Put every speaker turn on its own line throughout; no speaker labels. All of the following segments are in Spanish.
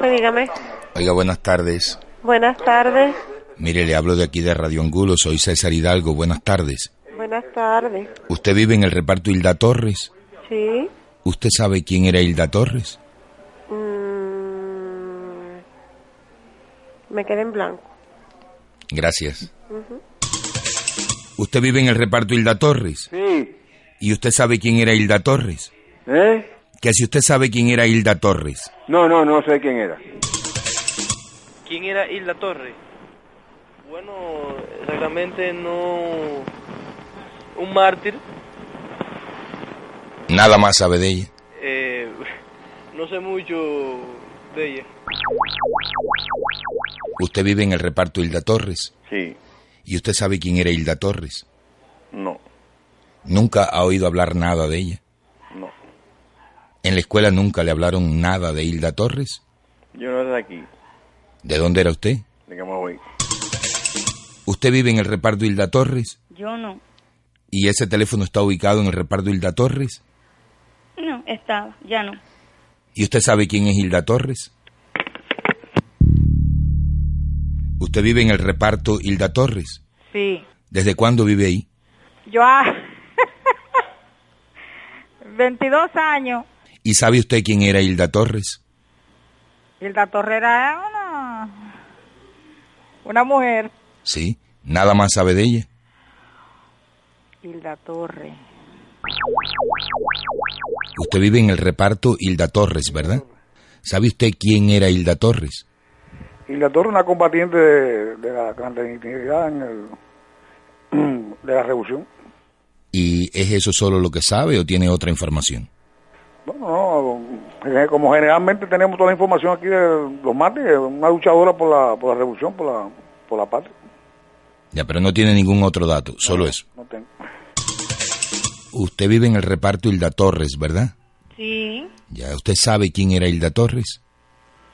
Sí, dígame.
Oiga, buenas tardes.
Buenas tardes.
Mire, le hablo de aquí de Radio Angulo, soy César Hidalgo, buenas tardes.
Buenas tardes.
¿Usted vive en el reparto Hilda Torres?
Sí.
¿Usted sabe quién era Hilda Torres?
Mm, me quedé en blanco.
Gracias. ¿Usted vive en el reparto Hilda Torres?
Sí.
¿Y usted sabe quién era Hilda Torres?
¿Eh?
Que si usted sabe quién era Hilda Torres.
No, no, no sé quién era.
¿Quién era Isla Torre? Bueno, realmente no... Un mártir,
Nada más sabe de ella.
eh, no sé mucho de ella.
¿Usted vive en el reparto Hilda Torres?
Sí.
¿Y usted sabe quién era Hilda Torres?
No,
Nunca ha oído hablar nada de ella.
no.
¿En la escuela nunca le hablaron nada de Hilda Torres?
Yo no soy de aquí.
¿De dónde era usted?
De Camagüey.
¿Usted vive en el reparto Hilda Torres?
Yo no.
¿Y ese teléfono está ubicado en el reparto Hilda Torres?
No, estaba, ya no.
¿Y usted sabe quién es Hilda Torres? ¿Usted vive en el reparto Hilda Torres?
Sí.
¿Desde cuándo vive ahí?
Yo ah. a 22 años.
¿Y sabe usted quién era Hilda Torres?
Hilda Torrera es una, una mujer.
Sí, nada más sabe de ella.
Hilda Torre.
Usted vive en el reparto Hilda Torres, ¿verdad? ¿Sabe usted quién era Hilda Torres?
Y la torre una combatiente de, de la clandestinidad en el- de la revolución.
¿Y es eso solo lo que sabe o tiene otra información?
Bueno, no, eh, como generalmente tenemos toda la información aquí de los mártires, una luchadora por la, por la revolución, por la, por la patria.
Ya, pero no tiene ningún otro dato, solo eso.
No tengo.
Usted vive en el reparto Hilda Torres, ¿verdad?
Sí.
Ya, ¿usted sabe quién era Hilda Torres?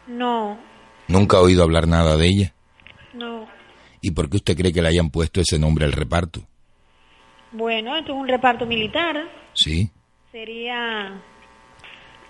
No,
Nunca ha oído hablar nada de ella.
no.
¿Y por qué usted cree que le hayan puesto ese nombre al reparto?
Bueno, esto es un reparto militar.
¿Sí?
Sería